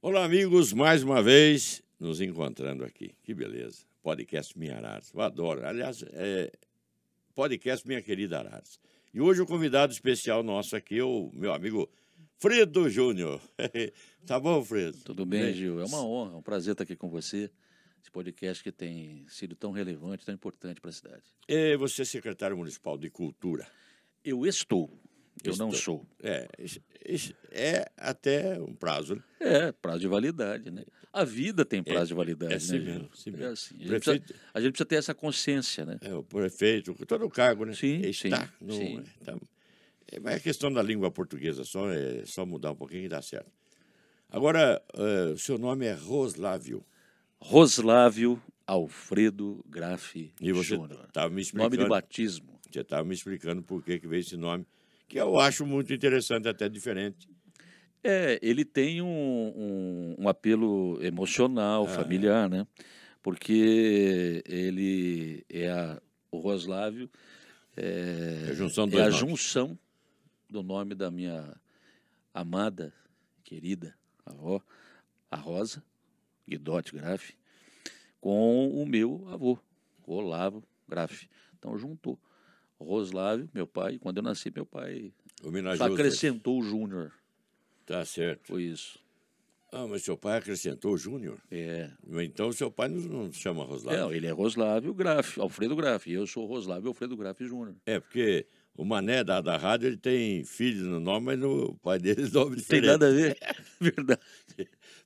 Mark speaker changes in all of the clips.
Speaker 1: Olá, amigos, mais uma vez nos encontrando aqui. Que beleza. Podcast Minha Araras. Eu adoro. Aliás, é podcast Minha Querida Araras. E hoje o convidado especial nosso aqui é o meu amigo Fredo Júnior. tá bom, Fredo?
Speaker 2: Tudo bem, Gil? É uma honra, um prazer estar aqui com você. Esse podcast que tem sido tão relevante, tão importante para a cidade.
Speaker 1: E você é secretário municipal de Cultura.
Speaker 2: Eu estou, eu não
Speaker 1: Estou.
Speaker 2: sou.
Speaker 1: É, isso- isso é até um prazo, né?
Speaker 2: É, prazo de validade, né? A vida tem prazo de validade,
Speaker 1: é
Speaker 2: né?
Speaker 1: assim
Speaker 2: Gil?
Speaker 1: mesmo, assim mesmo.
Speaker 2: É assim. A, gente
Speaker 1: Prefeito-
Speaker 2: precisa, a gente precisa ter essa consciência, né?
Speaker 1: É, o prefeito, todo o cargo, né?
Speaker 2: Sim,
Speaker 1: Está
Speaker 2: sim,
Speaker 1: no-
Speaker 2: sim.
Speaker 1: é, tá- é, mas é questão da língua portuguesa, só, é, só mudar um pouquinho e dá certo. Agora, eh, o seu nome é Roslávio.
Speaker 2: Roslávio Alfredo Graf
Speaker 1: E você
Speaker 2: Júnior.
Speaker 1: estava me explicando.
Speaker 2: Nome de batismo.
Speaker 1: Você estava me explicando por que, que veio esse nome, que eu acho muito interessante, até diferente.
Speaker 2: É, ele tem um, um- um apelo emocional, familiar, né? Porque ele é a, o Roslávio é,
Speaker 1: É a junção dos
Speaker 2: é a
Speaker 1: nomes.
Speaker 2: junção do nome da minha amada, querida avó, a Rosa, Guidote Graf, com o meu avô, o Olavo Graf. Então juntou. Roslávio, meu pai, quando eu nasci, meu pai só
Speaker 1: Homenageou.
Speaker 2: acrescentou o Júnior.
Speaker 1: Tá certo.
Speaker 2: Foi isso.
Speaker 1: Ah, mas seu pai acrescentou Júnior.
Speaker 2: É.
Speaker 1: Então seu pai não, não se chama Roslávio.
Speaker 2: Não, ele é Roslávio Graf, Alfredo Graf. E eu sou Roslávio Alfredo Graf Júnior.
Speaker 1: É, porque o Mané da, da rádio ele tem filho no nome, mas no, o pai dele é nome
Speaker 2: Tem
Speaker 1: diferente.
Speaker 2: nada a ver. Verdade.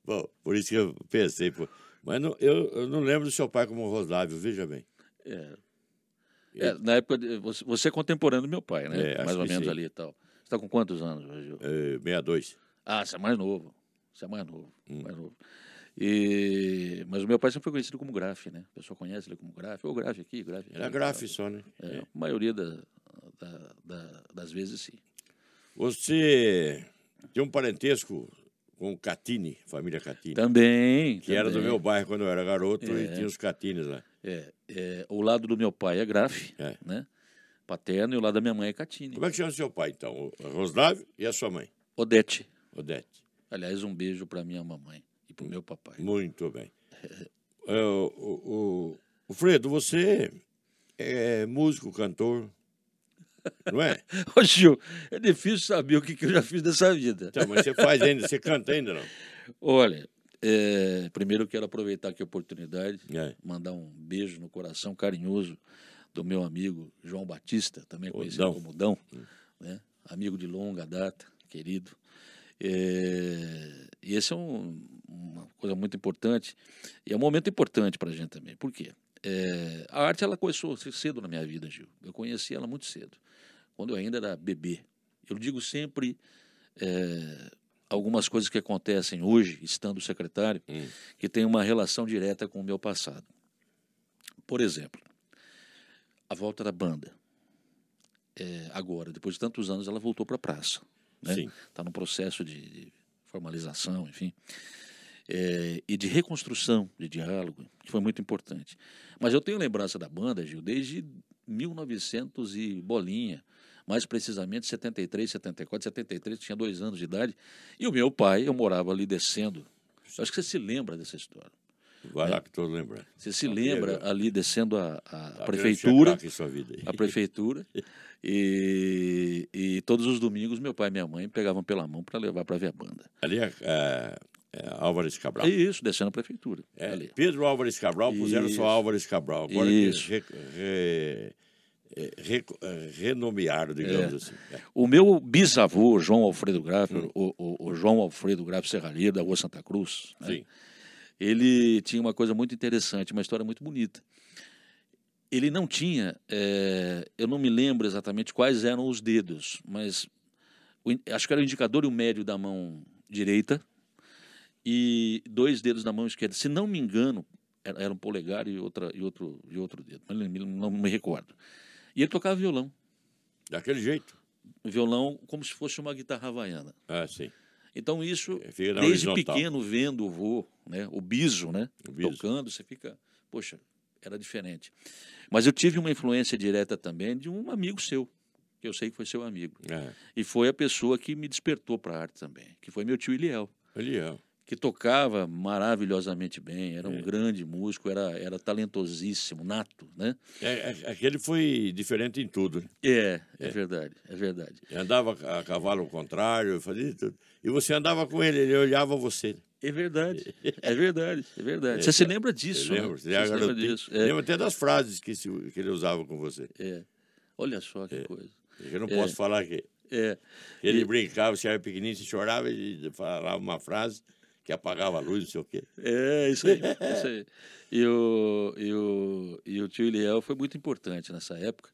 Speaker 1: Bom, por isso que eu pensei. pô. Mas não- eu, eu não lembro do seu pai como Roslávio, veja bem.
Speaker 2: É. É, na época, de- você, você é contemporâneo do meu pai, né?
Speaker 1: É, acho
Speaker 2: mais ou
Speaker 1: que
Speaker 2: menos
Speaker 1: sim.
Speaker 2: ali e tal. Você está com quantos anos, Gil?
Speaker 1: É, 62.
Speaker 2: Ah, você é mais novo. Você é mais novo.
Speaker 1: Hum.
Speaker 2: Mais novo. E... Mas o meu pai sempre foi conhecido como Graf, né? O pessoal conhece ele como Graf. Ô, Graf aqui, Graf.
Speaker 1: Era
Speaker 2: ali,
Speaker 1: grave
Speaker 2: tal.
Speaker 1: só, né?
Speaker 2: É, a maioria da- da- da- das vezes, sim.
Speaker 1: Você tem um parentesco com o Catini, família Catini.
Speaker 2: Também.
Speaker 1: que era do
Speaker 2: também.
Speaker 1: meu bairro quando eu era garoto e
Speaker 2: É.
Speaker 1: tinha os Catines lá.
Speaker 2: É, é, o lado do meu pai é Graf,
Speaker 1: É.
Speaker 2: né? Paterno, e o lado da minha mãe é Catine.
Speaker 1: Como é que chama seu pai, então? O Roslávio e a sua mãe,
Speaker 2: Odete.
Speaker 1: Odete.
Speaker 2: Aliás, um beijo para minha mamãe e para o meu papai.
Speaker 1: Muito bem. É, o, o- o Fredo, você é músico, cantor, não é?
Speaker 2: Ô, Gil, é difícil saber o que, que eu já fiz nessa vida.
Speaker 1: Então, mas você faz ainda, você canta ainda, não?
Speaker 2: Olha, é, primeiro eu quero aproveitar aqui a oportunidade,
Speaker 1: É.
Speaker 2: mandar um beijo no coração carinhoso do meu amigo João Batista, também conhecido
Speaker 1: Dão.
Speaker 2: como Dão, né? amigo de longa data, querido. É, e esse é um- uma coisa muito importante e é um momento importante para a gente também. Por quê? É, a arte ela começou cedo na minha vida, Gil. Eu conheci ela muito cedo, quando eu ainda era bebê. Eu digo sempre é, algumas coisas que acontecem hoje, estando secretário, que tem uma relação direta com o meu passado. Por exemplo, a volta da banda. É, agora, depois de tantos anos, ela voltou para a praça. Né?
Speaker 1: Sim.
Speaker 2: Está num processo de, de formalização, enfim. É, e de reconstrução, de diálogo, que foi muito importante. Mas eu tenho lembrança da banda, Gil, desde 1900 e bolinha, mais precisamente 73, 74, 73, tinha dois anos de idade. E o meu pai, eu morava ali descendo. Eu acho que você se lembra dessa história.
Speaker 1: Vai
Speaker 2: Né?
Speaker 1: lá que estou lembrando.
Speaker 2: Você se
Speaker 1: Tá
Speaker 2: lembra
Speaker 1: vendo?
Speaker 2: ali descendo a, a
Speaker 1: Tá vendo?
Speaker 2: prefeitura,
Speaker 1: Checar aqui sua vida aí.
Speaker 2: a prefeitura, e, e todos os domingos meu pai e minha mãe pegavam pela mão para levar para ver a banda.
Speaker 1: Ali é, é, é Álvares Cabral.
Speaker 2: É isso, descendo a prefeitura.
Speaker 1: É,
Speaker 2: ali.
Speaker 1: Pedro Álvares Cabral, puseram
Speaker 2: Isso.
Speaker 1: só Álvares Cabral. Agora que
Speaker 2: Isso.
Speaker 1: re- re- é, reco- é, renomearam, digamos assim. É.
Speaker 2: O meu bisavô, João Alfredo Graf, o, o- o João Alfredo Graf Serralheiro, da Rua Santa Cruz, né?
Speaker 1: Sim.
Speaker 2: ele tinha uma coisa muito interessante, uma história muito bonita. Ele não tinha, eh, eu não me lembro exatamente quais eram os dedos, mas o in- acho que era o indicador e o médio da mão direita e dois dedos da mão esquerda. Se não me engano, era, era um polegar e, outra, e, outro, e outro dedo, mas não me- não me recordo. E ele tocava violão,
Speaker 1: Daquele jeito.
Speaker 2: violão como se fosse uma guitarra havaiana.
Speaker 1: Ah, sim.
Speaker 2: Então isso,
Speaker 1: É, fica na
Speaker 2: desde
Speaker 1: horizontal.
Speaker 2: pequeno vendo o vô, né, o biso, né,
Speaker 1: O biso.
Speaker 2: tocando, você fica, poxa, era diferente. Mas eu tive uma influência direta também de um amigo seu, que eu sei que foi seu amigo,
Speaker 1: É.
Speaker 2: e foi a pessoa que me despertou para a arte também, que foi meu tio Iliel,
Speaker 1: Ali, ó.
Speaker 2: que tocava maravilhosamente bem, era um
Speaker 1: É.
Speaker 2: grande músico, era, era talentosíssimo, nato, né?
Speaker 1: É, é, aquele foi diferente em tudo. né?
Speaker 2: É, é, verdade, é verdade.
Speaker 1: Andava a a cavalo ao contrário, fazia tudo. E você andava com ele, ele olhava você.
Speaker 2: É verdade, é verdade, é verdade.
Speaker 1: É,
Speaker 2: Você se
Speaker 1: cara,
Speaker 2: lembra
Speaker 1: Eu
Speaker 2: disso, né?
Speaker 1: lembro.
Speaker 2: Você
Speaker 1: Você era
Speaker 2: se lembra
Speaker 1: garotinho.
Speaker 2: disso. é.
Speaker 1: Lembro até das frases que, se- que ele usava com você.
Speaker 2: É. Olha só que coisa.
Speaker 1: Eu não posso falar que
Speaker 2: É.
Speaker 1: ele brincava, você era pequenininho, você chorava e falava uma frase que apagava a luz, não sei o quê.
Speaker 2: É, isso aí. isso aí. E, o, e, o, e o tio Eliel foi muito importante nessa época,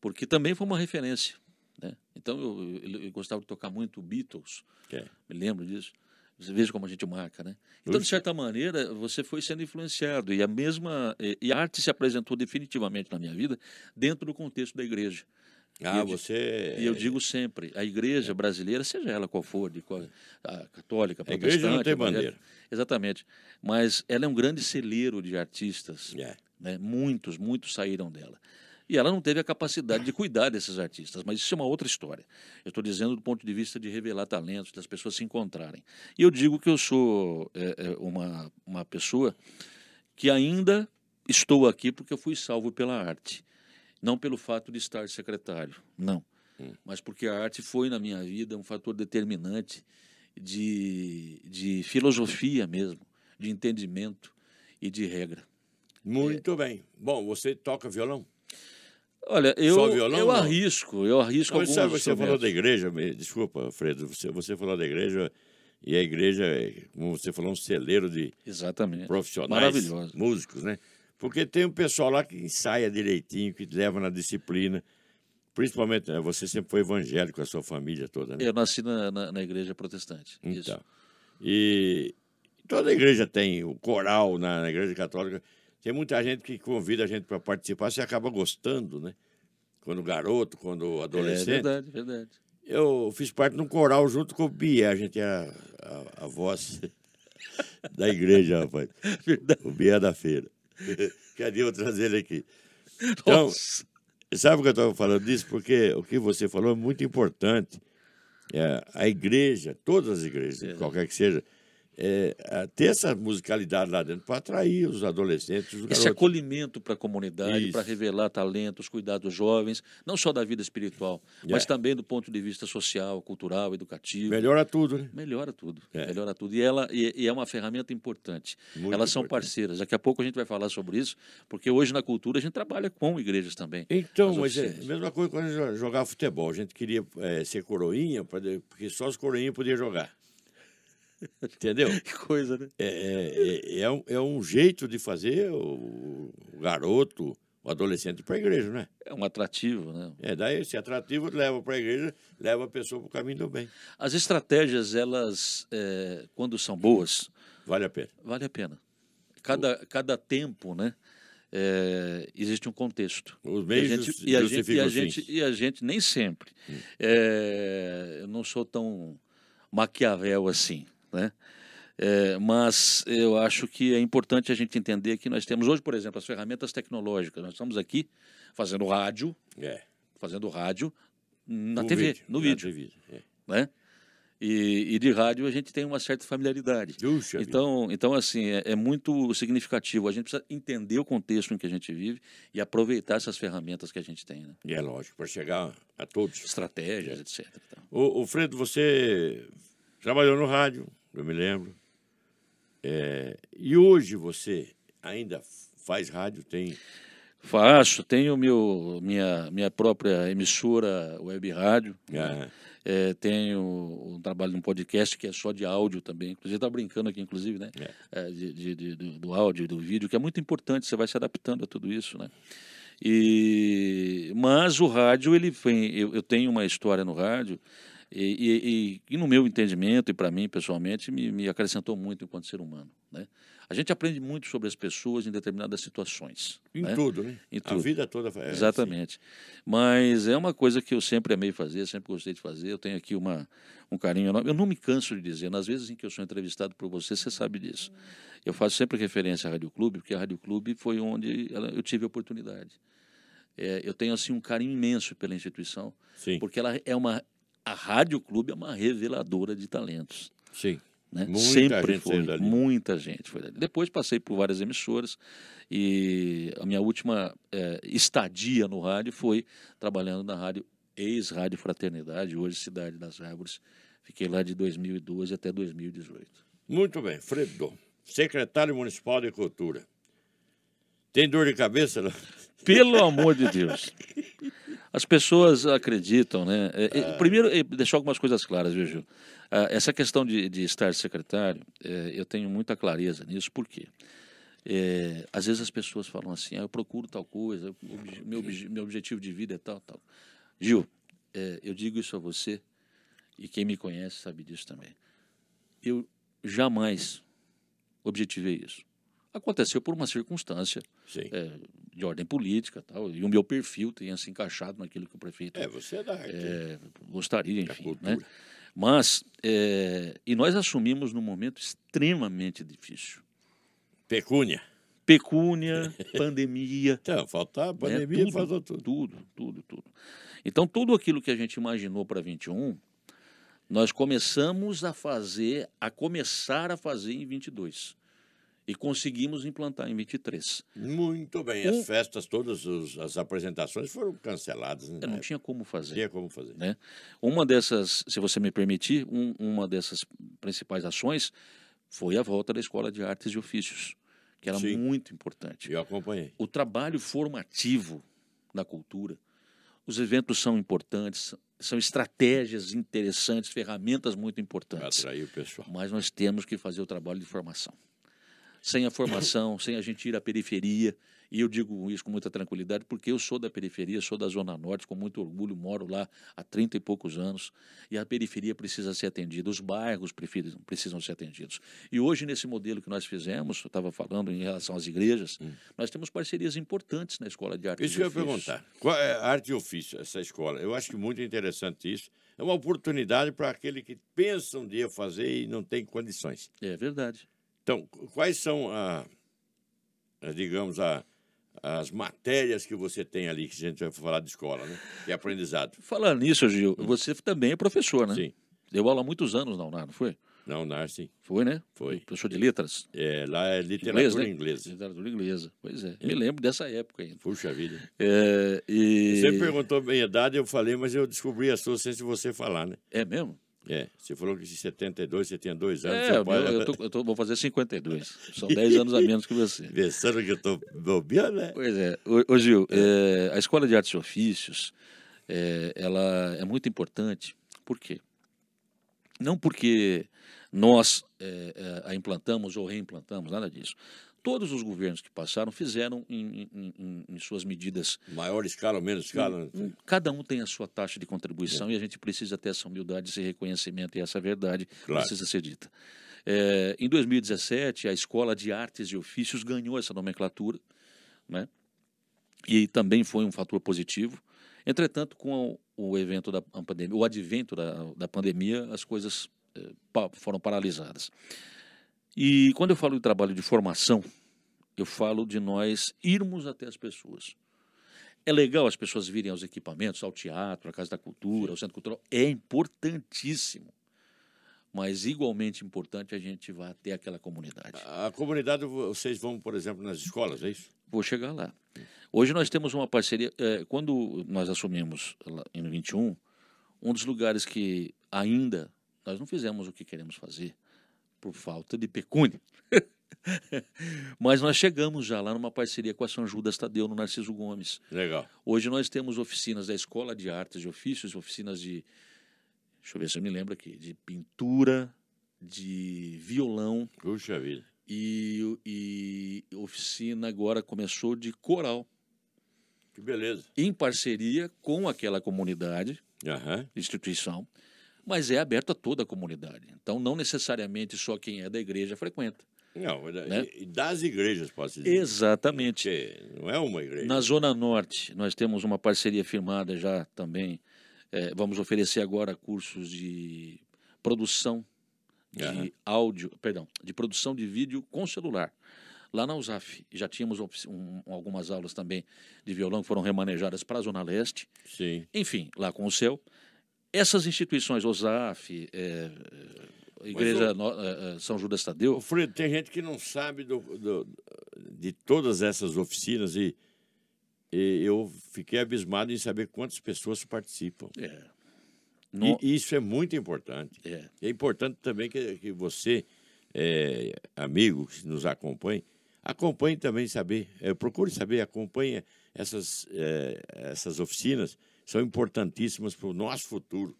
Speaker 2: porque também foi uma referência. Né? Então, eu, eu- eu gostava de tocar muito Beatles,
Speaker 1: É.
Speaker 2: me lembro disso. Você veja como a gente marca, né? Então, de certa maneira, você foi sendo influenciado e a mesma e- e a arte se apresentou definitivamente na minha vida dentro do contexto da igreja.
Speaker 1: Ah,
Speaker 2: eu di-
Speaker 1: você.
Speaker 2: E eu digo sempre, a igreja brasileira, seja ela qual for, de qual, a católica,
Speaker 1: A
Speaker 2: protestante...
Speaker 1: igreja não tem
Speaker 2: evangélica,
Speaker 1: bandeira.
Speaker 2: Exatamente. Mas ela é um grande celeiro de artistas.
Speaker 1: É.
Speaker 2: né? Muitos, muitos saíram dela. E ela não teve a capacidade de cuidar desses artistas, mas isso é uma outra história. Eu estou dizendo do ponto de vista de revelar talentos, das pessoas se encontrarem. E eu digo que eu sou é, é, uma, uma pessoa que ainda estou aqui porque eu fui salvo pela arte. Não pelo fato de estar secretário, não. Mas porque a arte foi na minha vida um fator determinante de, de filosofia mesmo, de entendimento e de regra.
Speaker 1: Muito bem. Bom, você toca violão?
Speaker 2: Olha, eu,
Speaker 1: Só violão,
Speaker 2: eu
Speaker 1: não?
Speaker 2: arrisco, eu arrisco
Speaker 1: Mas
Speaker 2: alguns
Speaker 1: sabe, você falou
Speaker 2: instrumentos.
Speaker 1: da igreja, me- desculpa, Fredo, você, você falou da igreja e a igreja, é, como você falou, um celeiro de
Speaker 2: Exatamente.
Speaker 1: profissionais,
Speaker 2: Maravilhoso.
Speaker 1: músicos, né? Porque tem um pessoal lá que ensaia direitinho, que leva na disciplina, principalmente, né, você sempre foi evangélico, a sua família toda, né?
Speaker 2: Eu nasci na, na, na igreja protestante. Isso.
Speaker 1: Então, e toda igreja tem o coral na, na igreja católica. Tem muita gente que convida a gente para participar, você acaba gostando, né? Quando garoto, quando
Speaker 2: É
Speaker 1: adolescente.
Speaker 2: verdade, verdade.
Speaker 1: Eu fiz parte de um coral junto com o Bia, a gente era a, a voz da igreja, rapaz. O Bia é da feira. Cadê eu trazer ele aqui? Então,
Speaker 2: Nossa.
Speaker 1: Sabe o que eu estava falando disso? Porque o que você falou é muito importante. É, a igreja, todas as igrejas, qualquer que seja, é, a- ter essa musicalidade lá dentro para atrair os adolescentes, os
Speaker 2: Esse
Speaker 1: garotos.
Speaker 2: acolhimento para a comunidade,
Speaker 1: Isso.
Speaker 2: para revelar talentos, cuidar dos jovens, não só da vida espiritual, mas
Speaker 1: É.
Speaker 2: também do ponto de vista social, cultural, educativo.
Speaker 1: Melhora tudo, né?
Speaker 2: Melhora tudo,
Speaker 1: É.
Speaker 2: melhora tudo. E, ela, e, e é uma ferramenta importante.
Speaker 1: Muito
Speaker 2: Elas são
Speaker 1: importante.
Speaker 2: parceiras. Daqui a pouco a gente vai falar sobre isso, porque hoje na cultura a gente trabalha com igrejas também.
Speaker 1: Então,
Speaker 2: As
Speaker 1: mas é
Speaker 2: oficinas.
Speaker 1: a mesma coisa quando a gente jogava futebol. A gente queria eh, ser coroinha, pra de- porque só os coroinhas podiam jogar. Entendeu?
Speaker 2: Que coisa, né?
Speaker 1: É, é, é- é um, é um jeito de fazer o, o garoto, o adolescente para a igreja, né?
Speaker 2: É um atrativo, né?
Speaker 1: É, daí esse atrativo leva para a igreja, leva a pessoa para o caminho do bem.
Speaker 2: As estratégias, elas, é, quando são boas,
Speaker 1: Vale a pena.
Speaker 2: vale a pena. Cada, cada tempo, né? é, existe um contexto.
Speaker 1: Os
Speaker 2: E a
Speaker 1: meios
Speaker 2: gente,
Speaker 1: justi-
Speaker 2: e a gente, e
Speaker 1: justificam
Speaker 2: a
Speaker 1: os fins. Hum.
Speaker 2: gente, e a gente nem sempre. É, eu não sou tão maquiavel assim, né? É, mas eu acho que é importante a gente entender que nós temos hoje, por exemplo, as ferramentas tecnológicas. Nós estamos aqui fazendo rádio,
Speaker 1: É,
Speaker 2: fazendo rádio na
Speaker 1: no
Speaker 2: TV,
Speaker 1: vídeo,
Speaker 2: no
Speaker 1: na
Speaker 2: vídeo.
Speaker 1: TV, é.
Speaker 2: né? E, e de rádio a gente tem uma certa familiaridade.
Speaker 1: Puxa vida.
Speaker 2: Então, então assim, é, é muito significativo. A gente precisa entender o contexto em que a gente vive e aproveitar essas ferramentas que a gente tem, né? É.
Speaker 1: E é lógico, para chegar a todos.
Speaker 2: estratégias, etc. e tal.
Speaker 1: O, o Fredo, você trabalhou no rádio, eu me lembro. É, e hoje você ainda faz rádio, tem.
Speaker 2: Faço, tenho meu, minha, minha própria emissora web rádio,
Speaker 1: Ah,
Speaker 2: é, tenho um trabalho num podcast que é só de áudio também. Inclusive, está brincando aqui, inclusive, né?
Speaker 1: É.
Speaker 2: É, de- de- de- do, do áudio, do vídeo, que é muito importante, você vai se adaptando a tudo isso, né? E, mas o rádio, ele vem. Eu, eu tenho uma história no rádio. E, e- e- e no meu entendimento e para mim pessoalmente me, me acrescentou muito enquanto ser humano né a gente aprende muito sobre as pessoas em determinadas situações
Speaker 1: em
Speaker 2: né?
Speaker 1: tudo, né?
Speaker 2: Em
Speaker 1: A
Speaker 2: tudo.
Speaker 1: vida toda. fa- é,
Speaker 2: Exatamente. Mas é uma coisa que eu sempre amei fazer, sempre gostei de fazer. Eu tenho aqui uma, um carinho enorme. Eu não me canso de dizer, nas vezes em que eu sou entrevistado por você, você sabe disso. Eu faço sempre referência à Rádio Clube, porque a Rádio Clube foi onde ela- eu tive a oportunidade. É, eu tenho assim um carinho imenso pela instituição,
Speaker 1: Sim,
Speaker 2: porque ela é uma a Rádio Clube é uma reveladora de talentos.
Speaker 1: sim.
Speaker 2: Né?
Speaker 1: Muita
Speaker 2: Sempre
Speaker 1: gente
Speaker 2: foi,
Speaker 1: foi dali.
Speaker 2: muita gente foi dali. Depois passei por várias emissoras e a minha última eh, estadia no rádio foi trabalhando na rádio ex-rádio Fraternidade, hoje Cidade das Árvores. Fiquei lá de 2012 até 2018.
Speaker 1: Muito bem, Fredo, secretário municipal de cultura. Tem dor de cabeça? não?
Speaker 2: Pelo amor de Deus. As pessoas acreditam, né? É, é, Primeiro, é, deixar algumas coisas claras, viu, Gil? Ah, essa questão de, de estar secretário, é, eu tenho muita clareza nisso, por quê? É, às vezes as pessoas falam assim, ah, eu procuro tal coisa, o obje- meu, obje- meu objetivo de vida é tal, tal. Gil, é, eu digo isso a você, e quem me conhece sabe disso também. Eu jamais objetivei isso. Aconteceu por uma circunstância,
Speaker 1: Sim.
Speaker 2: de ordem política tal, e o meu perfil tenha se encaixado naquilo que o prefeito
Speaker 1: É, você é da arte.
Speaker 2: eh, gostaria,
Speaker 1: da
Speaker 2: enfim.
Speaker 1: cultura.
Speaker 2: Né? Mas, eh, e nós assumimos num momento extremamente difícil.
Speaker 1: Pecúnia.
Speaker 2: Pecúnia, pandemia,
Speaker 1: Então, faltava a
Speaker 2: né?
Speaker 1: pandemia e
Speaker 2: tudo,
Speaker 1: faltou tudo.
Speaker 2: Tudo, tudo, tudo. Então, tudo aquilo que a gente imaginou para 21, nós começamos a fazer, a começar a fazer em 22. E conseguimos implantar em 23.
Speaker 1: Muito bem, as
Speaker 2: Um-
Speaker 1: festas, todas os- as apresentações foram canceladas. Né?
Speaker 2: Eu não tinha como fazer.
Speaker 1: Não tinha como fazer.
Speaker 2: né? Uma dessas, se você me permitir, um- uma dessas principais ações foi a volta da Escola de Artes e Ofícios, que era
Speaker 1: Sim.
Speaker 2: muito importante.
Speaker 1: Eu acompanhei.
Speaker 2: O trabalho formativo da cultura, os eventos são importantes, são estratégias interessantes, ferramentas muito
Speaker 1: Para
Speaker 2: importantes.
Speaker 1: atrair o pessoal.
Speaker 2: Mas nós temos que fazer o trabalho de formação. Sem a formação, sem a gente ir à periferia, e eu digo isso com muita tranquilidade, porque eu sou da periferia, sou da Zona Norte, com muito orgulho, moro lá há 30 e poucos anos, e a periferia precisa ser atendida, os bairros preferem- precisam ser atendidos. E hoje, nesse modelo que nós fizemos, eu estava falando em relação às igrejas, nós temos parcerias importantes na Escola de Arte
Speaker 1: Hum. Isso que eu ia perguntar. Qual é a arte e ofício, essa escola? Eu acho que muito interessante isso. É uma oportunidade para aquele que pensa um dia fazer e não tem condições.
Speaker 2: É verdade.
Speaker 1: Então, qu- quais são, a, a, digamos, a, as matérias que você tem ali, que a gente vai falar de escola, né? Que é aprendizado.
Speaker 2: Falando nisso, Gil, você também é professor, né?
Speaker 1: Hum. Sim.
Speaker 2: Deu aula há muitos anos na UNAR, não foi?
Speaker 1: Não, Narci.
Speaker 2: Foi, né?
Speaker 1: Foi.
Speaker 2: Professor de letras.
Speaker 1: É, lá é
Speaker 2: Inglês,
Speaker 1: literatura
Speaker 2: né?
Speaker 1: inglesa.
Speaker 2: Literatura inglesa, pois é. Me lembro dessa época ainda.
Speaker 1: Puxa vida.
Speaker 2: É, e...
Speaker 1: Você perguntou a minha idade, eu falei, mas eu descobri a sua sem se você falar, né?
Speaker 2: É mesmo?
Speaker 1: É, você falou que de 72 você tinha dois anos.
Speaker 2: É,
Speaker 1: seu
Speaker 2: eu,
Speaker 1: pai
Speaker 2: eu,
Speaker 1: era-
Speaker 2: tô, eu tô- vou fazer 52. São 10 anos a menos que você.
Speaker 1: Pensando que eu tô bobeando, né?
Speaker 2: Pois é. Ô, ô, Gil, é, a Escola de Artes e Ofícios, é, ela é muito importante. Por quê? Não porque nós é, é, a implantamos ou reimplantamos, nada disso. Todos os governos que passaram fizeram em- em- em- em suas medidas
Speaker 1: Maior escala ou menos escala. né? não sei.
Speaker 2: Cada um tem a sua taxa de contribuição e a gente precisa ter essa humildade, esse reconhecimento e essa verdade
Speaker 1: Claro.
Speaker 2: precisa ser dita. É, em 2017, a Escola de Artes e Ofícios ganhou essa nomenclatura, né? e também foi um fator positivo. Entretanto, com o, o evento da a pandemia, o advento da, da pandemia, as coisas eh, pa- foram paralisadas. E quando eu falo de trabalho de formação, eu falo de nós irmos até as pessoas. É legal as pessoas virem aos equipamentos, ao teatro, à Casa da Cultura, ao Centro Cultural. É importantíssimo. Mas igualmente importante a gente vá até aquela comunidade.
Speaker 1: A comunidade, vocês vão, por exemplo, nas escolas, é isso?
Speaker 2: Vou chegar lá. Hoje nós temos uma parceria. eh, quando nós assumimos lá em 21, um dos lugares que ainda nós não fizemos o que queremos fazer por falta de pecúnia. Mas nós chegamos já lá numa parceria com a São Judas Tadeu, no Narciso Gomes.
Speaker 1: Legal.
Speaker 2: Hoje nós temos oficinas da Escola de Artes e Ofícios, oficinas de, deixa eu ver se eu me lembro aqui, de pintura, de violão
Speaker 1: Puxa vida.
Speaker 2: e, e oficina agora começou de coral,
Speaker 1: Que beleza.
Speaker 2: em parceria com aquela comunidade,
Speaker 1: Aham.
Speaker 2: instituição, mas é aberta a toda a comunidade. Então não necessariamente só quem é da igreja frequenta.
Speaker 1: Não, é
Speaker 2: Né?
Speaker 1: e- e das igrejas, posso dizer.
Speaker 2: Exatamente.
Speaker 1: Porque não é uma igreja.
Speaker 2: Na Zona Norte, nós temos uma parceria firmada já também. Eh, vamos oferecer agora cursos de produção de
Speaker 1: Aham.
Speaker 2: áudio, perdão, de produção de vídeo com celular. Lá na USAF, já tínhamos ofici- um- algumas aulas também de violão que foram remanejadas para a Zona Leste.
Speaker 1: Sim.
Speaker 2: Enfim, lá com o CEL. Essas instituições, OSAF, eh, Igreja no- eh, eh, São Judas Tadeu.
Speaker 1: Ô, Fredo, tem gente que não sabe do- do- de todas essas oficinas e, e eu fiquei abismado em saber quantas pessoas participam.
Speaker 2: É. No-
Speaker 1: E isso é muito importante.
Speaker 2: é.
Speaker 1: É importante também que, que você, é, amigo que nos acompanhe, acompanhe também saber, é, procure saber, acompanhe essas, é, essas oficinas, são importantíssimas para o nosso futuro.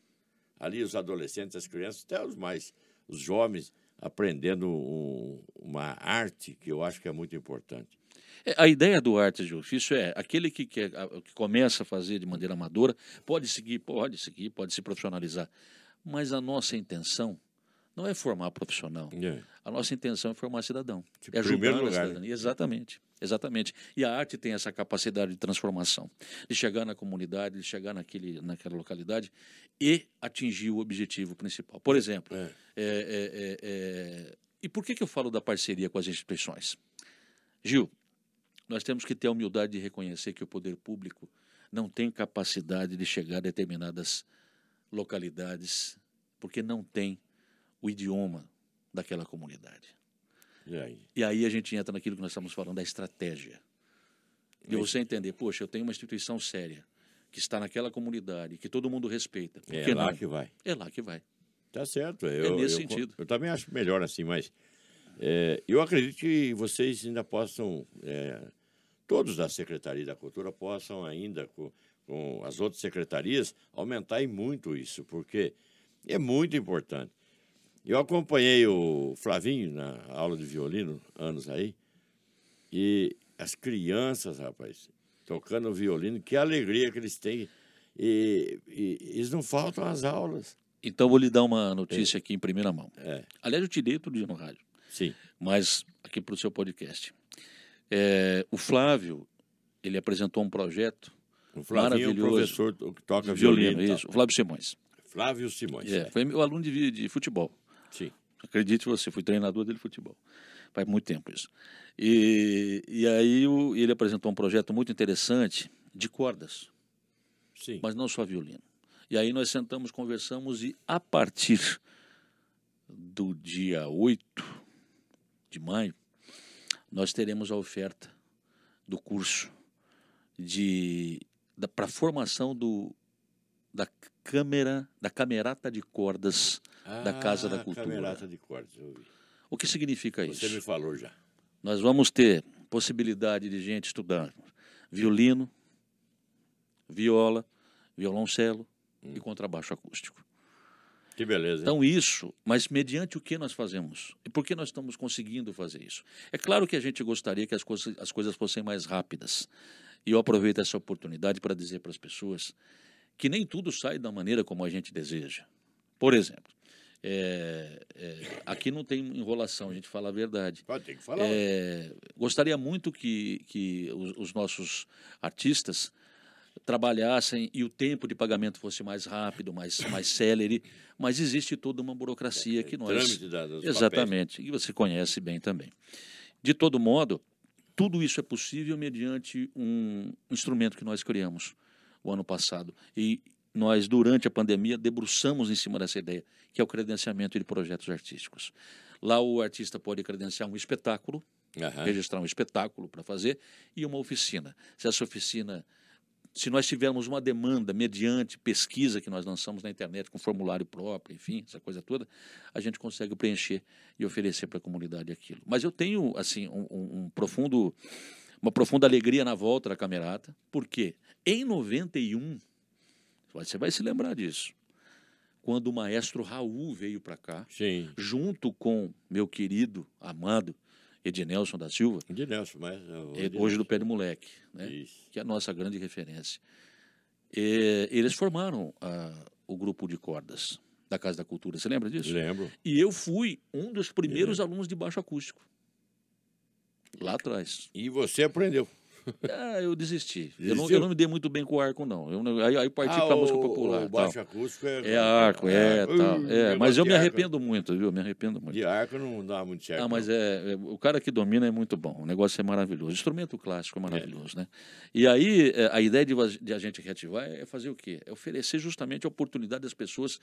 Speaker 1: Ali os adolescentes, as crianças, até os mais, os jovens, aprendendo um- uma arte que eu acho que é muito importante.
Speaker 2: É, A ideia do artes de ofício é aquele que, quer- a- que começa a fazer de maneira amadora pode seguir, pode seguir, pode se profissionalizar. Mas a nossa intenção não é formar profissional. A nossa intenção é formar cidadão.
Speaker 1: Tipo,
Speaker 2: é ajudar
Speaker 1: primeiro
Speaker 2: a
Speaker 1: lugar,
Speaker 2: cidadania. Exatamente. Exatamente. E a arte tem essa capacidade de transformação, de chegar na comunidade, de chegar naquele, naquela localidade e atingir o objetivo principal. Por exemplo,
Speaker 1: É.
Speaker 2: é, é, é, é, e por que, que eu falo da parceria com as instituições? Gil, nós temos que ter a humildade de reconhecer que o poder público não tem capacidade de chegar a determinadas localidades, porque não tem o idioma daquela comunidade.
Speaker 1: E aí?
Speaker 2: E aí a gente entra naquilo que nós estamos falando, da estratégia. De você entender, poxa, eu tenho uma instituição séria, que está naquela comunidade, que todo mundo respeita. Por
Speaker 1: É
Speaker 2: que
Speaker 1: lá
Speaker 2: não?
Speaker 1: que vai.
Speaker 2: É lá que vai.
Speaker 1: Tá certo. Eu,
Speaker 2: É nesse
Speaker 1: eu-
Speaker 2: sentido.
Speaker 1: Eu também acho melhor assim, mas é, eu acredito que vocês ainda possam, é, todos da Secretaria da Cultura possam ainda, com, com as outras secretarias, aumentar e muito isso, porque é muito importante. Eu acompanhei o Flavinho na aula de violino, anos aí, e as crianças, rapaz, tocando violino, que alegria que eles têm. E, e eles não faltam às aulas.
Speaker 2: Então eu vou lhe dar uma notícia aqui em primeira mão. Aliás, eu tirei outro dia no rádio,
Speaker 1: Sim.
Speaker 2: mas aqui para o seu podcast. É, o Flávio, ele apresentou um projeto,
Speaker 1: O Flavinho é o
Speaker 2: Maravilhoso.
Speaker 1: professor to- que toca violino. tá.
Speaker 2: violino,
Speaker 1: e tal.
Speaker 2: isso, o Flávio Simões.
Speaker 1: Flávio Simões.
Speaker 2: É, foi meu aluno de, vi- de futebol.
Speaker 1: Sim.
Speaker 2: Acredite você, fui treinador dele de futebol. Faz muito tempo isso. E, e aí o- ele apresentou um projeto muito interessante de cordas,
Speaker 1: Sim.
Speaker 2: mas não só violino. E aí nós sentamos, conversamos e a partir do dia 8 de maio, nós teremos a oferta do curso de para formação do da câmera, da camerata de cordas. da Casa da
Speaker 1: Ah,
Speaker 2: Cultura.
Speaker 1: Camerata de cordas. eu vi.
Speaker 2: O que significa isso?
Speaker 1: Você me falou já.
Speaker 2: Nós vamos ter possibilidade de gente estudar violino, viola, violoncelo
Speaker 1: Hum.
Speaker 2: e contrabaixo acústico.
Speaker 1: Que beleza. hein?
Speaker 2: Então isso, mas mediante o que nós fazemos? E por que nós estamos conseguindo fazer isso? É claro que a gente gostaria que as coisas, as coisas fossem mais rápidas. E eu aproveito essa oportunidade para dizer para as pessoas que nem tudo sai da maneira como a gente deseja. Por exemplo, é, é, aqui não tem enrolação, a gente fala a verdade.
Speaker 1: Pode ter que falar.
Speaker 2: É, gostaria muito que, que os, os nossos artistas trabalhassem e o tempo de pagamento fosse mais rápido, mais, mais célere, mas existe toda uma burocracia que nós...
Speaker 1: É, Trâmite da, dos
Speaker 2: Exatamente, e você conhece bem também. De todo modo, tudo isso é possível mediante um instrumento que nós criamos o ano passado. E nós, durante a pandemia, debruçamos em cima dessa ideia, que é o credenciamento de projetos artísticos. Lá o artista pode credenciar um espetáculo,
Speaker 1: papéis. Aham.
Speaker 2: registrar um espetáculo para fazer e uma oficina. Se essa oficina, se nós tivermos uma demanda mediante pesquisa que nós lançamos na internet com formulário próprio, enfim, essa coisa toda, a gente consegue preencher e oferecer para a comunidade aquilo. Mas eu tenho assim um, um- um profundo, uma profunda alegria na volta da camerata, porque em 91 você vai se lembrar disso, quando o maestro Raul veio para cá
Speaker 1: Sim.
Speaker 2: junto com meu querido, amado Ednelson da Silva,
Speaker 1: De Nelson, mas... eu-
Speaker 2: eh,
Speaker 1: de
Speaker 2: hoje do
Speaker 1: Nelson.
Speaker 2: Pé do Moleque, né?
Speaker 1: Isso.
Speaker 2: que é a nossa grande referência. Eh, eles formaram ah, o grupo de cordas da Casa da Cultura, você lembra disso?
Speaker 1: Lembro.
Speaker 2: E eu fui um dos primeiros alunos de baixo acústico. Lá atrás.
Speaker 1: E você aprendeu.
Speaker 2: Ah, eu desisti. Eu não,
Speaker 1: Desistiu?
Speaker 2: eu não me dei muito bem com o arco, não. Eu não- aí, aí parti
Speaker 1: Ah,
Speaker 2: para a música
Speaker 1: o-
Speaker 2: popular.
Speaker 1: O
Speaker 2: tal.
Speaker 1: baixo acústico é... uh,
Speaker 2: É arco, é,
Speaker 1: Ui,
Speaker 2: tal. É,
Speaker 1: negócio
Speaker 2: mas eu
Speaker 1: de
Speaker 2: me
Speaker 1: arco-
Speaker 2: arrependo muito, viu? Me arrependo muito.
Speaker 1: De arco não dá muito certo.
Speaker 2: Ah, mas
Speaker 1: não.
Speaker 2: é, é- o cara que domina é muito bom. O negócio é maravilhoso. O instrumento clássico é maravilhoso, né? E aí é, a ideia de, va- de a gente reativar é fazer o quê? É oferecer justamente a oportunidade das pessoas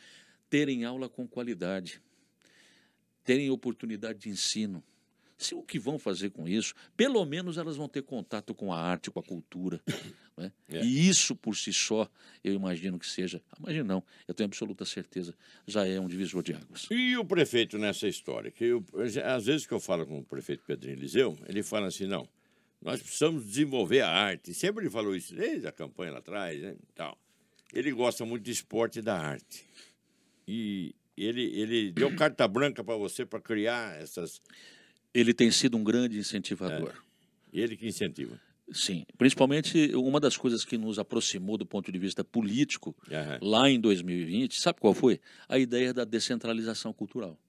Speaker 2: terem aula com qualidade. terem oportunidade de ensino. Se o que vão fazer com isso, pelo menos elas vão ter contato com a arte, com a cultura. né?
Speaker 1: É.
Speaker 2: E isso por si só, eu imagino que seja, imagino não, eu tenho absoluta certeza, já é um divisor de águas.
Speaker 1: E o prefeito nessa história? Que eu- às vezes que eu falo com o prefeito Pedrinho Eliseu, ele fala assim, não, nós precisamos desenvolver a arte. Sempre ele falou isso, desde a campanha lá atrás, né, e tal. Ele gosta muito de esporte e da arte. E ele, ele deu carta branca para você para criar essas...
Speaker 2: Ele tem sido um grande incentivador.
Speaker 1: Ele que incentiva.
Speaker 2: Sim, principalmente uma das coisas que nos aproximou do ponto de vista político
Speaker 1: Aham.
Speaker 2: lá em 2020, sabe qual foi? A ideia da descentralização cultural.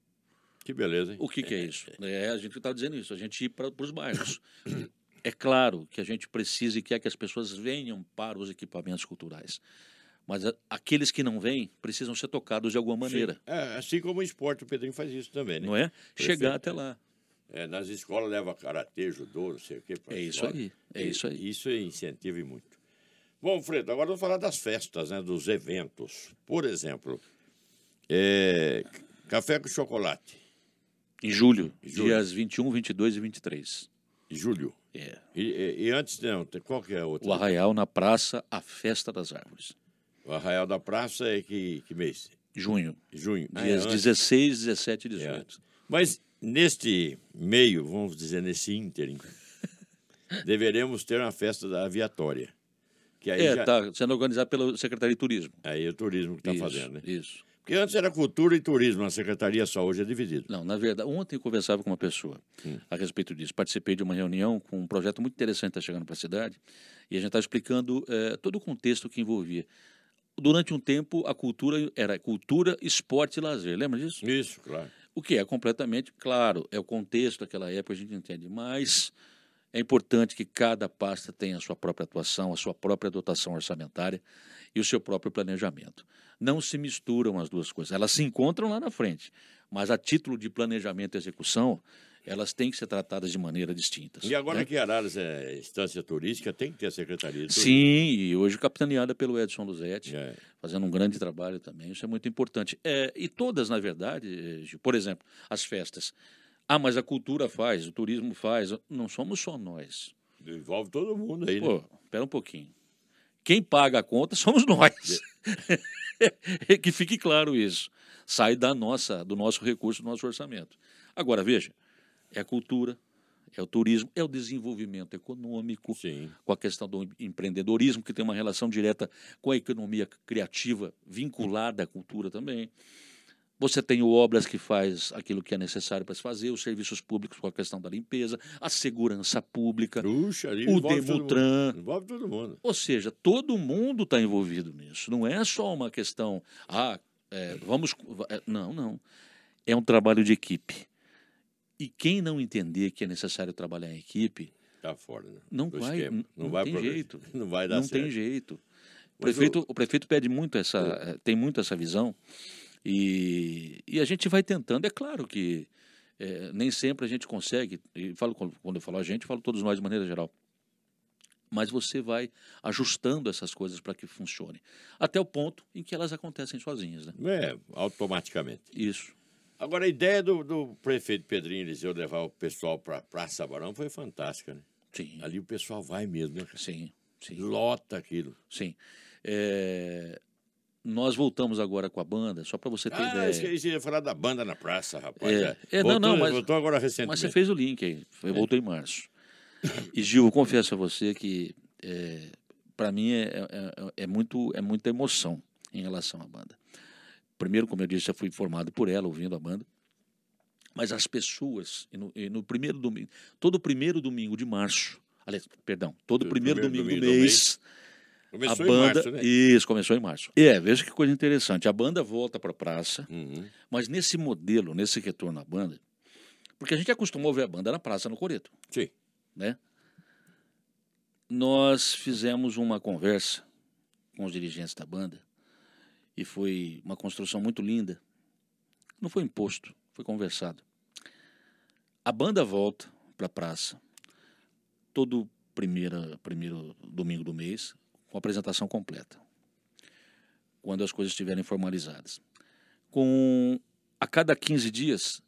Speaker 1: Que beleza, hein?
Speaker 2: O que, que é isso? É, a gente está dizendo isso, a gente ir para os bairros. É claro que a gente precisa e quer que as pessoas venham para os equipamentos culturais. Mas a- aqueles que não vêm precisam ser tocados de alguma maneira,
Speaker 1: É, assim como o esporte, o Pedrinho faz isso também, né?
Speaker 2: não é? Chegar
Speaker 1: Perfeito.
Speaker 2: até lá.
Speaker 1: É, nas escolas leva karatê, judô, não sei o quê. pra
Speaker 2: É isso
Speaker 1: escola.
Speaker 2: aí, é
Speaker 1: E-
Speaker 2: isso aí.
Speaker 1: Isso incentiva e muito. Bom, Fredo, agora vamos falar das festas, né, dos eventos. Por exemplo, é, café com chocolate,
Speaker 2: Em julho,
Speaker 1: Julho.
Speaker 2: dias 21, 22 e 23.
Speaker 1: julho.
Speaker 2: É.
Speaker 1: E, e- e antes, não, tem- qual que é a outra?
Speaker 2: O Arraial na Praça, a Festa das Árvores.
Speaker 1: O Arraial da Praça é que, que mês?
Speaker 2: Junho,
Speaker 1: Junho. Ah, é
Speaker 2: dias
Speaker 1: antes.
Speaker 2: 16, 17 e 18.
Speaker 1: Mas neste meio, vamos dizer, nesse ínterim, deveremos ter uma festa da aviatória. Que aí,
Speaker 2: É,
Speaker 1: já-
Speaker 2: está sendo organizado pela Secretaria de Turismo.
Speaker 1: aí é o turismo que está
Speaker 2: Isso,
Speaker 1: fazendo, né?
Speaker 2: Isso.
Speaker 1: Porque antes era cultura e turismo, a secretaria só hoje é dividido.
Speaker 2: Não, na verdade, ontem eu conversava com uma pessoa
Speaker 1: Hum.
Speaker 2: a respeito disso. Participei de uma reunião com um projeto muito interessante que está chegando para a cidade e a gente está explicando eh, todo o contexto que envolvia. Durante um tempo, a cultura era cultura, esporte e lazer. Lembra disso?
Speaker 1: Isso, claro.
Speaker 2: O que é completamente claro, é o contexto daquela época, a gente entende, mas é importante que cada pasta tenha a sua própria atuação, a sua própria dotação orçamentária e o seu próprio planejamento. Não se misturam as duas coisas, elas se encontram lá na frente, mas a título de planejamento e execução, elas têm que ser tratadas de maneira distintas.
Speaker 1: E agora
Speaker 2: né?
Speaker 1: que né? Araras é instância turística, tem que ter a secretaria de
Speaker 2: Sim, e hoje capitaneada pelo Edson Luzetti,
Speaker 1: turismo. É.
Speaker 2: fazendo um grande trabalho também. Isso é muito importante. É, e todas, na verdade, eh, Gil, por exemplo, as festas. Ah, mas a cultura faz, o turismo faz. Não somos só nós.
Speaker 1: Envolve todo mundo aí, né?
Speaker 2: Pô, espera um pouquinho. Quem paga a conta somos nós. que fique claro isso. Sai da nossa, do nosso recurso, do nosso orçamento. Agora, veja, é a cultura, é o turismo, é o desenvolvimento econômico
Speaker 1: Sim.
Speaker 2: com a questão do empreendedorismo, que tem uma relação direta com a economia criativa vinculada à cultura também. Você tem o obras que faz aquilo que é necessário para se fazer, os serviços públicos com a questão da limpeza, a segurança pública,
Speaker 1: Bruxa ali,
Speaker 2: o
Speaker 1: envolve todo mundo.
Speaker 2: Demutran.
Speaker 1: Envolve todo mundo.
Speaker 2: Ou seja, todo mundo está envolvido nisso. Não é só uma questão, ah, é, vamos. va- é, Não, não. É um trabalho de equipe. E quem não entender que é necessário trabalhar em equipe,
Speaker 1: Tá fora, né?
Speaker 2: não
Speaker 1: Do
Speaker 2: vai,
Speaker 1: esquema.
Speaker 2: não,
Speaker 1: Não vai
Speaker 2: tem
Speaker 1: progredir.
Speaker 2: jeito
Speaker 1: Não vai dar
Speaker 2: não
Speaker 1: certo.
Speaker 2: tem jeito. O
Speaker 1: Mas É.
Speaker 2: prefeito, o prefeito pede muito essa, eh, tem muito essa visão e, e a gente vai tentando. É claro que eh, nem sempre a gente consegue. E falo com- quando eu falo a gente, falo todos nós de maneira geral. Mas você vai ajustando essas coisas para que funcione até o ponto em que elas acontecem sozinhas, né?
Speaker 1: É, automaticamente.
Speaker 2: Isso.
Speaker 1: Agora, a ideia do, do prefeito Pedrinho Eliseu levar o pessoal para Praça Barão foi fantástica, né?
Speaker 2: Sim.
Speaker 1: Ali o pessoal vai mesmo, né? cara?
Speaker 2: Sim. Sim.
Speaker 1: Lota aquilo.
Speaker 2: Sim. Eh, nós voltamos agora com a banda só para você ter
Speaker 1: Ah,
Speaker 2: ideia.
Speaker 1: esqueci de falar da banda na praça, rapaz.
Speaker 2: É. É, não,
Speaker 1: voltou,
Speaker 2: não, mas-
Speaker 1: voltou agora recentemente.
Speaker 2: Mas você fez o link aí.
Speaker 1: É.
Speaker 2: Eu voltei em março. E Gil, eu confesso a você que é, para mim é, é- é muito, é muita emoção em relação à banda. Primeiro, como eu disse, eu fui formado por ela, ouvindo a banda. Mas as pessoas, e no, e no primeiro domingo, todo primeiro domingo de março, aliás, perdão, todo
Speaker 1: Todo
Speaker 2: primeiro,
Speaker 1: primeiro
Speaker 2: domingo,
Speaker 1: domingo do
Speaker 2: do mês,
Speaker 1: Começou
Speaker 2: a banda.
Speaker 1: em março, né?
Speaker 2: Isso, começou em março. E é, veja que coisa interessante. A banda volta para a praça,
Speaker 1: Uhum.
Speaker 2: mas nesse modelo, nesse retorno à banda, porque a gente acostumou a ver a banda na praça, no Coreto,
Speaker 1: Sim.
Speaker 2: né? Nós fizemos uma conversa com os dirigentes da banda e foi uma construção muito linda. Não foi imposto, foi conversado. A banda volta para a praça todo primeira, primeiro domingo do mês com a apresentação completa, quando as coisas estiverem formalizadas com a cada 15 dias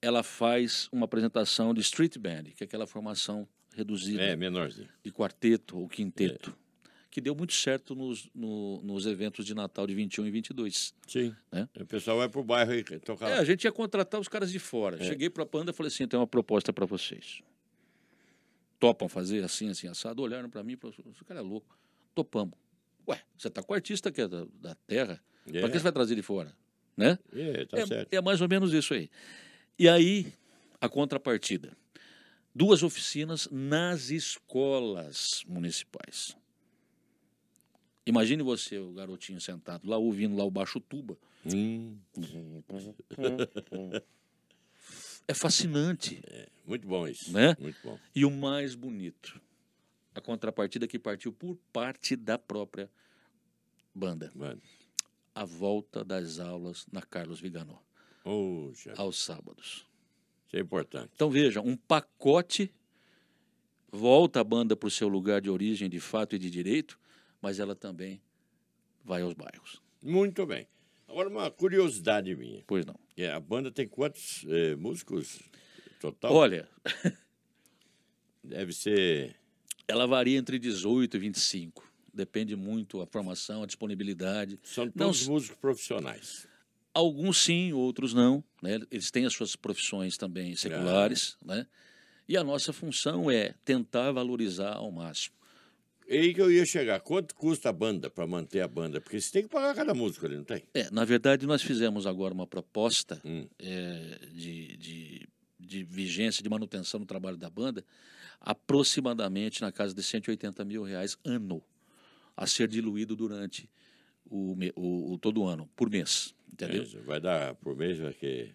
Speaker 2: ela faz uma apresentação de street band, que é aquela formação reduzida
Speaker 1: É, menorzinho.
Speaker 2: de quarteto ou quinteto, É. que deu muito certo nos, no- nos eventos de Natal de 21 e 22.
Speaker 1: Sim.
Speaker 2: Né?
Speaker 1: O pessoal vai pro bairro então e toca
Speaker 2: É,
Speaker 1: lá.
Speaker 2: a gente ia contratar os caras de fora. Cheguei para a Panda e falei assim, tem uma proposta para vocês. Topam fazer assim, assim, assado? Olharam para mim e falaram, esse cara é louco. Topamos. Ué, você tá com o artista que é da, da terra,
Speaker 1: É.
Speaker 2: para que você vai trazer de fora? Né?
Speaker 1: É, tá
Speaker 2: é,
Speaker 1: certo.
Speaker 2: é mais ou menos isso aí. E aí, a contrapartida. Duas oficinas nas escolas municipais. Imagine você, o garotinho sentado lá, ouvindo lá o baixo tuba.
Speaker 1: Hum,
Speaker 2: É fascinante.
Speaker 1: muito bom isso.
Speaker 2: Né?
Speaker 1: Muito bom.
Speaker 2: E o mais bonito, a contrapartida que partiu por parte da própria banda.
Speaker 1: Mano.
Speaker 2: A volta das aulas na Carlos Viganó,
Speaker 1: Poxa,
Speaker 2: aos sábados.
Speaker 1: isso é importante.
Speaker 2: Então veja, um pacote volta a banda para o seu lugar de origem, de fato e de direito, mas ela também vai aos bairros.
Speaker 1: Muito bem. Agora, uma curiosidade minha.
Speaker 2: Pois não.
Speaker 1: É, a banda tem quantos eh, músicos total?
Speaker 2: Olha,
Speaker 1: Deve ser.
Speaker 2: ela varia entre 18 e 25. Depende muito a formação, a disponibilidade.
Speaker 1: São
Speaker 2: Não,
Speaker 1: todos
Speaker 2: s-
Speaker 1: músicos profissionais.
Speaker 2: Alguns sim, outros não. né? Eles têm as suas profissões também seculares. Né? E a nossa função é tentar valorizar ao máximo.
Speaker 1: E aí que eu ia chegar. Quanto custa a banda para manter a banda? Porque você tem que pagar cada músico ali, não tem?
Speaker 2: É, na verdade, nós fizemos agora uma proposta
Speaker 1: Hum.
Speaker 2: eh, de, de, de vigência, de manutenção do trabalho da banda, aproximadamente na casa de 180 mil reais ano, a ser diluído durante o, me- o, o todo o ano, por mês, entendeu?
Speaker 1: É, vai dar por mês, vai que.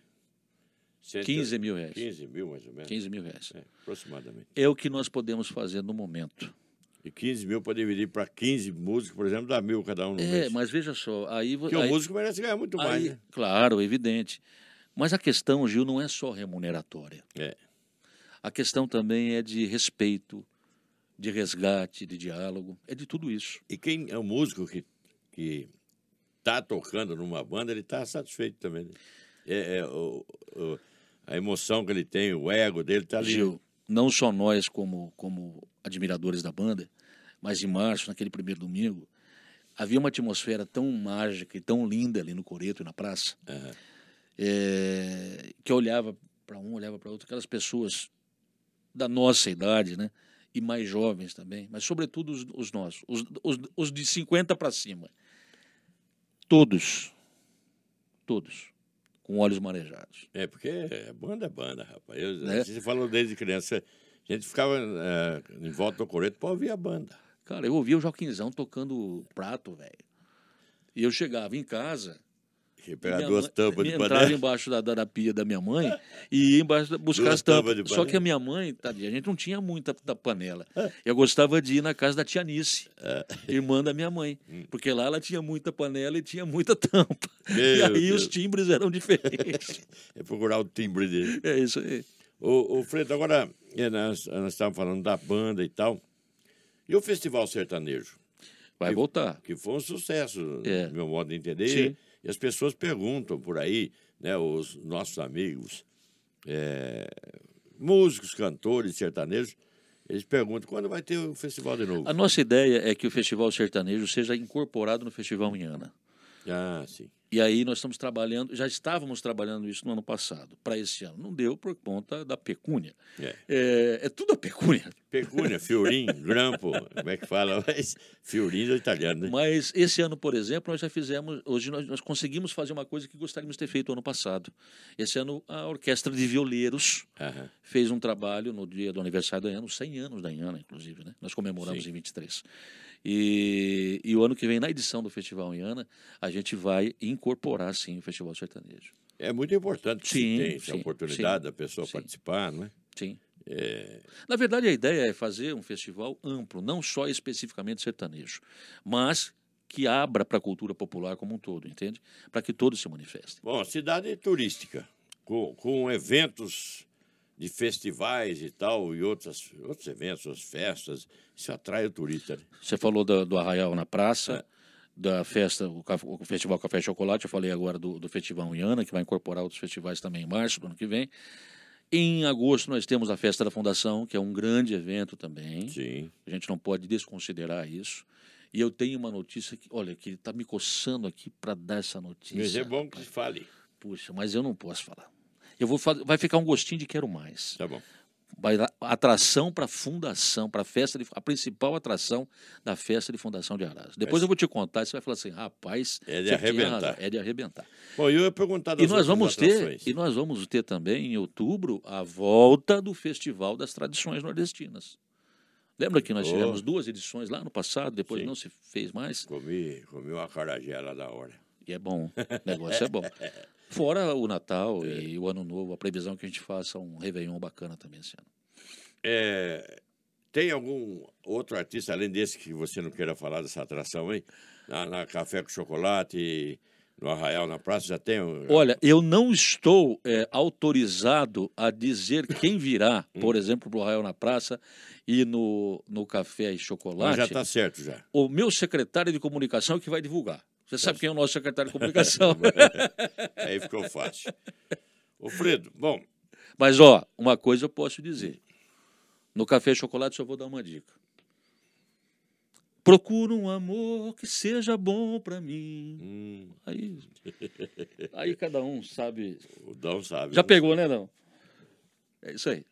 Speaker 2: 15 mil reais.
Speaker 1: 15 mil, mais ou menos.
Speaker 2: 15 mil reais.
Speaker 1: É, aproximadamente.
Speaker 2: É o que nós podemos fazer no momento.
Speaker 1: E 15 mil para dividir para 15 músicos, por exemplo, dá mil cada um no
Speaker 2: É,
Speaker 1: mês.
Speaker 2: mas veja só, aí... vo-
Speaker 1: Porque o
Speaker 2: aí-
Speaker 1: músico merece ganhar muito mais,
Speaker 2: Aí,
Speaker 1: né?
Speaker 2: Claro, evidente. Mas a questão, Gil, não é só remuneratória.
Speaker 1: É.
Speaker 2: A questão também é de respeito, de resgate, de diálogo, é de tudo isso.
Speaker 1: E quem é o músico que, que tá tocando numa banda, ele tá satisfeito também, né? É, é, o- o- a emoção que ele tem, o ego dele tá ali.
Speaker 2: Gil, não só nós como, como admiradores da banda, mas em março, naquele primeiro domingo, havia uma atmosfera tão mágica e tão linda ali no Coreto e na praça,
Speaker 1: Aham.
Speaker 2: é, que eu olhava para um, olhava para outro, aquelas pessoas da nossa idade, né? E mais jovens também, mas sobretudo os, os nossos, os, os, os de 50 para cima. Todos, todos, com olhos marejados.
Speaker 1: É, porque é banda é banda, rapaz. Eu-
Speaker 2: Né?
Speaker 1: Você falou desde criança. A gente ficava é, em volta do coreto para ouvir a banda.
Speaker 2: Cara, eu ouvia o Joaquinzão tocando prato, velho. E eu chegava em casa.
Speaker 1: E
Speaker 2: e
Speaker 1: pegar
Speaker 2: minha
Speaker 1: duas
Speaker 2: mãe-
Speaker 1: tampas de
Speaker 2: minha- entrava
Speaker 1: panela.
Speaker 2: embaixo da, da, da pia da minha mãe e ia embaixo da- buscar
Speaker 1: Duas
Speaker 2: as tampas.
Speaker 1: tampas de
Speaker 2: Só
Speaker 1: panela.
Speaker 2: que
Speaker 1: É.
Speaker 2: a minha mãe, tadinha, a gente não tinha muita da panela. Eu gostava de ir na casa da tia Nice, irmã da minha mãe.
Speaker 1: Hum.
Speaker 2: Porque lá ela tinha muita panela e tinha muita tampa. e
Speaker 1: Meu
Speaker 2: aí
Speaker 1: Deus.
Speaker 2: os timbres eram diferentes.
Speaker 1: É procurar o timbre dele.
Speaker 2: é isso aí.
Speaker 1: Ô, ô Fredo, agora é, nós, nós estávamos falando da banda e tal. E o Festival Sertanejo?
Speaker 2: Vai voltar.
Speaker 1: que foi um sucesso,
Speaker 2: É.
Speaker 1: no meu modo de entender.
Speaker 2: Sim.
Speaker 1: E as pessoas perguntam por aí, né, os nossos amigos, é, músicos, cantores, sertanejos, eles perguntam quando vai ter o festival de novo.
Speaker 2: A nossa ideia é que o Festival Sertanejo seja incorporado no Festival Inhana.
Speaker 1: Ah, sim.
Speaker 2: E aí nós estamos trabalhando, já estávamos trabalhando isso no ano passado, para esse ano. Não deu por conta da pecúnia.
Speaker 1: É.
Speaker 2: É, é tudo a pecúnia.
Speaker 1: Pecúnia, fiorim, grampo, como é que fala? Mas fiorim é italiano, né?
Speaker 2: Mas esse ano, por exemplo, nós já fizemos, hoje nós, nós conseguimos fazer uma coisa que gostaríamos de ter feito ano passado. Esse ano a Orquestra de Violeiros
Speaker 1: Aham.
Speaker 2: fez um trabalho no dia do aniversário da Iana, os 100 anos da Iana, inclusive, né? Nós comemoramos
Speaker 1: Sim.
Speaker 2: em 23. E, e o ano que vem, na edição do Festival Iana, a gente vai incorporar, sim, o Festival Sertanejo.
Speaker 1: É muito importante que
Speaker 2: Sim,
Speaker 1: se tenha essa
Speaker 2: sim,
Speaker 1: oportunidade
Speaker 2: sim,
Speaker 1: da pessoa
Speaker 2: sim.
Speaker 1: participar, não é?
Speaker 2: Sim.
Speaker 1: É,
Speaker 2: Na verdade, a ideia é fazer um festival amplo, não só especificamente sertanejo, mas que abra para a cultura popular como um todo, entende? Para que todos se manifestem.
Speaker 1: Bom, cidade é turística, com, com eventos de festivais e tal, e outras, outros eventos, outras festas, isso atrai o turista. né?
Speaker 2: Você falou da- do, Arraial na Praça, da festa, o, Caf- o Festival Café e Chocolate, eu falei agora do, do Festival Iana, que vai incorporar outros festivais também em março, do ano que vem. Em agosto nós temos a Festa da Fundação, que é um grande evento também.
Speaker 1: Sim.
Speaker 2: A gente não pode desconsiderar isso. E eu tenho uma notícia que, olha, que está me coçando aqui para dar essa notícia.
Speaker 1: Mas é bom que
Speaker 2: rapaz.
Speaker 1: se fale.
Speaker 2: Puxa, mas eu não posso falar. Eu vou fa- vai ficar um gostinho de quero mais.
Speaker 1: Tá bom.
Speaker 2: Vai dar atração para a fundação, para a festa, de, a principal atração da festa de fundação de Araras. Depois eu vou te contar, e você vai falar assim, rapaz,
Speaker 1: É de
Speaker 2: você tinha
Speaker 1: arrebentar.
Speaker 2: razão, É de arrebentar.
Speaker 1: Bom, eu ia perguntar das
Speaker 2: E nós
Speaker 1: outras
Speaker 2: vamos ter,
Speaker 1: atrações.
Speaker 2: e nós vamos ter também em outubro a volta do Festival das Tradições Nordestinas. Lembra que nós
Speaker 1: Oh.
Speaker 2: tivemos duas edições lá no passado, depois
Speaker 1: Sim.
Speaker 2: não se fez mais?
Speaker 1: Comi, comi uma carajé lá da hora.
Speaker 2: E é bom, o negócio é bom. Fora o Natal e o Ano Novo, a previsão é que a gente faça um Réveillon bacana também esse ano.
Speaker 1: É, tem algum outro artista, além desse, que você não queira falar dessa atração aí? Na, na Café com Chocolate, no Arraial, na Praça, já tem? um-
Speaker 2: Olha, eu não estou é, autorizado a dizer quem virá,
Speaker 1: Hum.
Speaker 2: por exemplo, para o Rael na Praça e no, no Café e
Speaker 1: Mas
Speaker 2: Chocolate.
Speaker 1: já tá está certo, já.
Speaker 2: O meu secretário de comunicação é que vai divulgar. Você sabe quem é o nosso secretário de comunicação.
Speaker 1: Aí ficou fácil. Ô, Fredo, bom,
Speaker 2: Mas, ó, uma coisa eu posso dizer. No Café e Chocolate só vou dar uma dica. Procura um amor que seja bom para mim.
Speaker 1: hum,
Speaker 2: Aí, aí cada um sabe.
Speaker 1: o Dão sabe.
Speaker 2: Já
Speaker 1: né?
Speaker 2: pegou, né, não? É isso aí.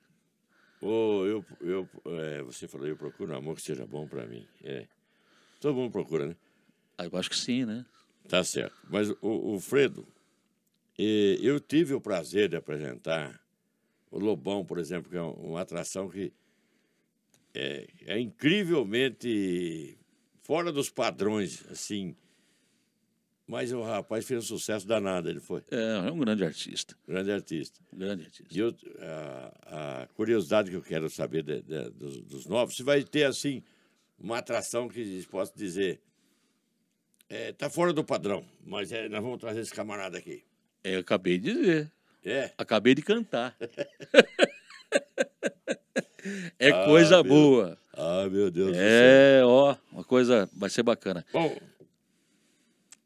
Speaker 1: Ô, eu, eu, é, você falou, eu procuro um amor que seja bom para mim. É. Todo mundo procura, né?
Speaker 2: Ah, eu acho que sim, né?
Speaker 1: Tá certo. Mas o, o Fredo, eh, eu tive o prazer de apresentar o Lobão, por exemplo, que é um- uma atração que é, é incrivelmente fora dos padrões, assim. Mas o rapaz fez um sucesso danado, ele foi
Speaker 2: É, é um grande artista.
Speaker 1: um grande artista.
Speaker 2: um Grande artista.
Speaker 1: E eu, a, a curiosidade que eu quero saber de- de- dos, dos novos, se vai ter, assim, uma atração que posso dizer, é, tá fora do padrão, mas é, nós vamos trazer esse camarada aqui.
Speaker 2: É, eu acabei de dizer.
Speaker 1: É,
Speaker 2: Acabei de cantar. é
Speaker 1: Ah,
Speaker 2: coisa
Speaker 1: meu.
Speaker 2: boa.
Speaker 1: ah, meu Deus do céu.
Speaker 2: É, ó, uma coisa vai ser bacana.
Speaker 1: Bom,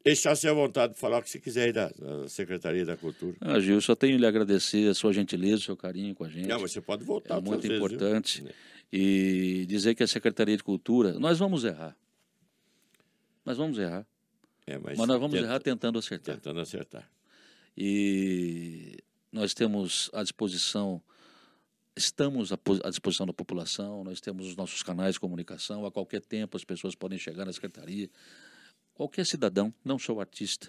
Speaker 1: deixar-se à vontade de falar o que você quiser aí da, da Secretaria da Cultura.
Speaker 2: Ah, Gil, só tenho lhe agradecer a sua gentileza, o seu carinho com a gente.
Speaker 1: Não, mas você pode voltar.
Speaker 2: é muito
Speaker 1: outras vezes, viu? Né?
Speaker 2: importante. E dizer que a Secretaria de Cultura, nós vamos errar. Nós vamos errar.
Speaker 1: É, mas,
Speaker 2: Mas nós vamos
Speaker 1: tenta-
Speaker 2: errar tentando acertar.
Speaker 1: Tentando acertar.
Speaker 2: E nós temos à disposição, estamos à po- à disposição da população, nós temos os nossos canais de comunicação, a qualquer tempo as pessoas podem chegar na secretaria. Qualquer cidadão, não só o artista.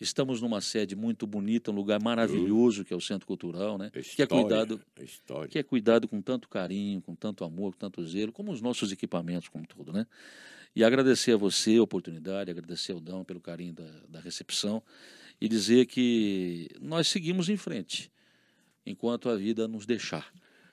Speaker 2: Estamos numa sede muito bonita, um lugar maravilhoso que é o Centro Cultural, né? que é
Speaker 1: História,
Speaker 2: cuidado
Speaker 1: História.
Speaker 2: que é cuidado com tanto carinho, com tanto amor, com tanto zelo, como os nossos equipamentos, como tudo, né? E agradecer a você a oportunidade, agradecer ao Dão pelo carinho da, da recepção e dizer que nós seguimos em frente, enquanto a vida nos deixar.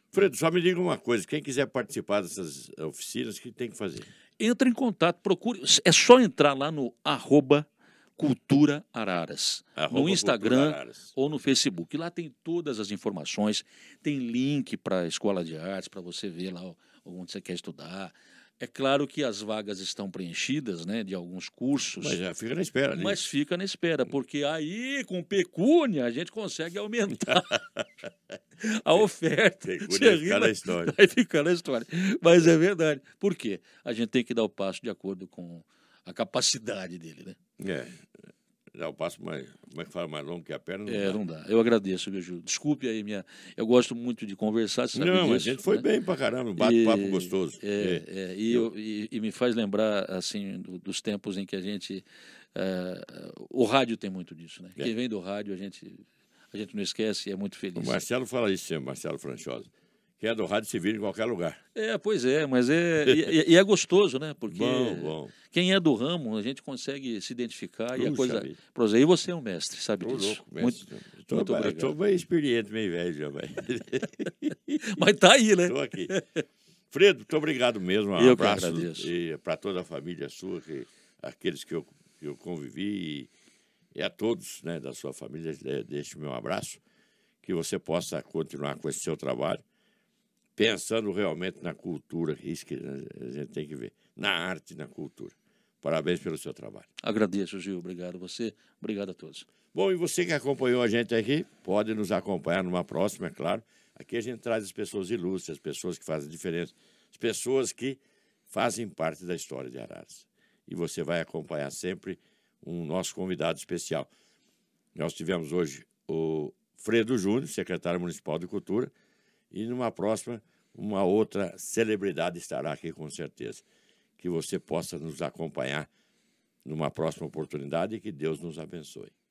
Speaker 1: Fredo, só me diga uma coisa, quem quiser participar dessas eh, oficinas, o que tem que fazer?
Speaker 2: Entre em contato, procure, é só entrar lá no arroba Cultura Araras,
Speaker 1: Arroba
Speaker 2: no
Speaker 1: Cultura
Speaker 2: Instagram
Speaker 1: Araras.
Speaker 2: ou no Facebook. Lá tem todas as informações, tem link para a escola de artes, para você ver lá o- onde você quer estudar. É claro que as vagas estão preenchidas, né, de alguns cursos,
Speaker 1: Mas
Speaker 2: mas,
Speaker 1: já fica na espera, né?
Speaker 2: fica na espera, porque aí com pecúnia a gente consegue aumentar a oferta. Você
Speaker 1: Pecúnia
Speaker 2: ri,
Speaker 1: fica na
Speaker 2: mas
Speaker 1: história.
Speaker 2: Vai ficar na história. Mas é verdade. Por quê? A gente tem que dar o passo de acordo com a capacidade dele, né?
Speaker 1: É. Dá o passo mais, como é que fala, mais longo que a perna. não
Speaker 2: É,
Speaker 1: dá.
Speaker 2: não dá. Eu agradeço, viu, Júlio? Desculpe aí minha. Eu gosto muito de conversar. Você sabe
Speaker 1: não, mas
Speaker 2: disso,
Speaker 1: a gente foi
Speaker 2: né?
Speaker 1: bem pra caramba, um bate-papo
Speaker 2: E-
Speaker 1: gostoso.
Speaker 2: É, é, e, eu- e- e me faz lembrar assim do- dos tempos em que a gente eh, o rádio tem muito disso, né?
Speaker 1: É.
Speaker 2: Quem vem do rádio a gente a gente não esquece e é muito
Speaker 1: O
Speaker 2: feliz.
Speaker 1: Marcelo fala isso sempre, Marcelo Franchosa. Que é do rádio se vira em qualquer lugar.
Speaker 2: É, pois é, mas é e, e- e é gostoso, né? Porque
Speaker 1: Bom, bom.
Speaker 2: quem é do ramo a gente consegue se identificar e a
Speaker 1: Puxa
Speaker 2: coisa.
Speaker 1: vida.
Speaker 2: Por exemplo, e você é um mestre, sabe
Speaker 1: Tô
Speaker 2: disso?
Speaker 1: louco,
Speaker 2: muito,
Speaker 1: mestre. Tô-
Speaker 2: muito
Speaker 1: eu
Speaker 2: obrigado.
Speaker 1: tô bem experiente, meio velho já, vai.
Speaker 2: Mas tá aí, né?
Speaker 1: Estou aqui. Fredo, muito obrigado mesmo. Um
Speaker 2: Eu que
Speaker 1: abraço
Speaker 2: agradeço.
Speaker 1: para toda a família sua, que, aqueles que eu, que eu convivi e, e a todos né, da sua família. eh, Deixo o meu abraço. Que você possa continuar com esse seu trabalho, pensando realmente na cultura, que é isso que a gente tem que ver, na arte e na cultura. Parabéns pelo seu trabalho.
Speaker 2: Agradeço, Gil. Obrigado a você. Obrigado a todos.
Speaker 1: Bom, e você que acompanhou a gente aqui, pode nos acompanhar numa próxima, é claro. Aqui a gente traz as pessoas ilustres, as pessoas que fazem diferença, as pessoas que fazem parte da história de Araras. E você vai acompanhar sempre um nosso convidado especial. Nós tivemos hoje o Fredo Júnior, secretário municipal de Cultura, e numa próxima, uma outra celebridade estará aqui com certeza. Que você possa nos acompanhar numa próxima oportunidade e que Deus nos abençoe.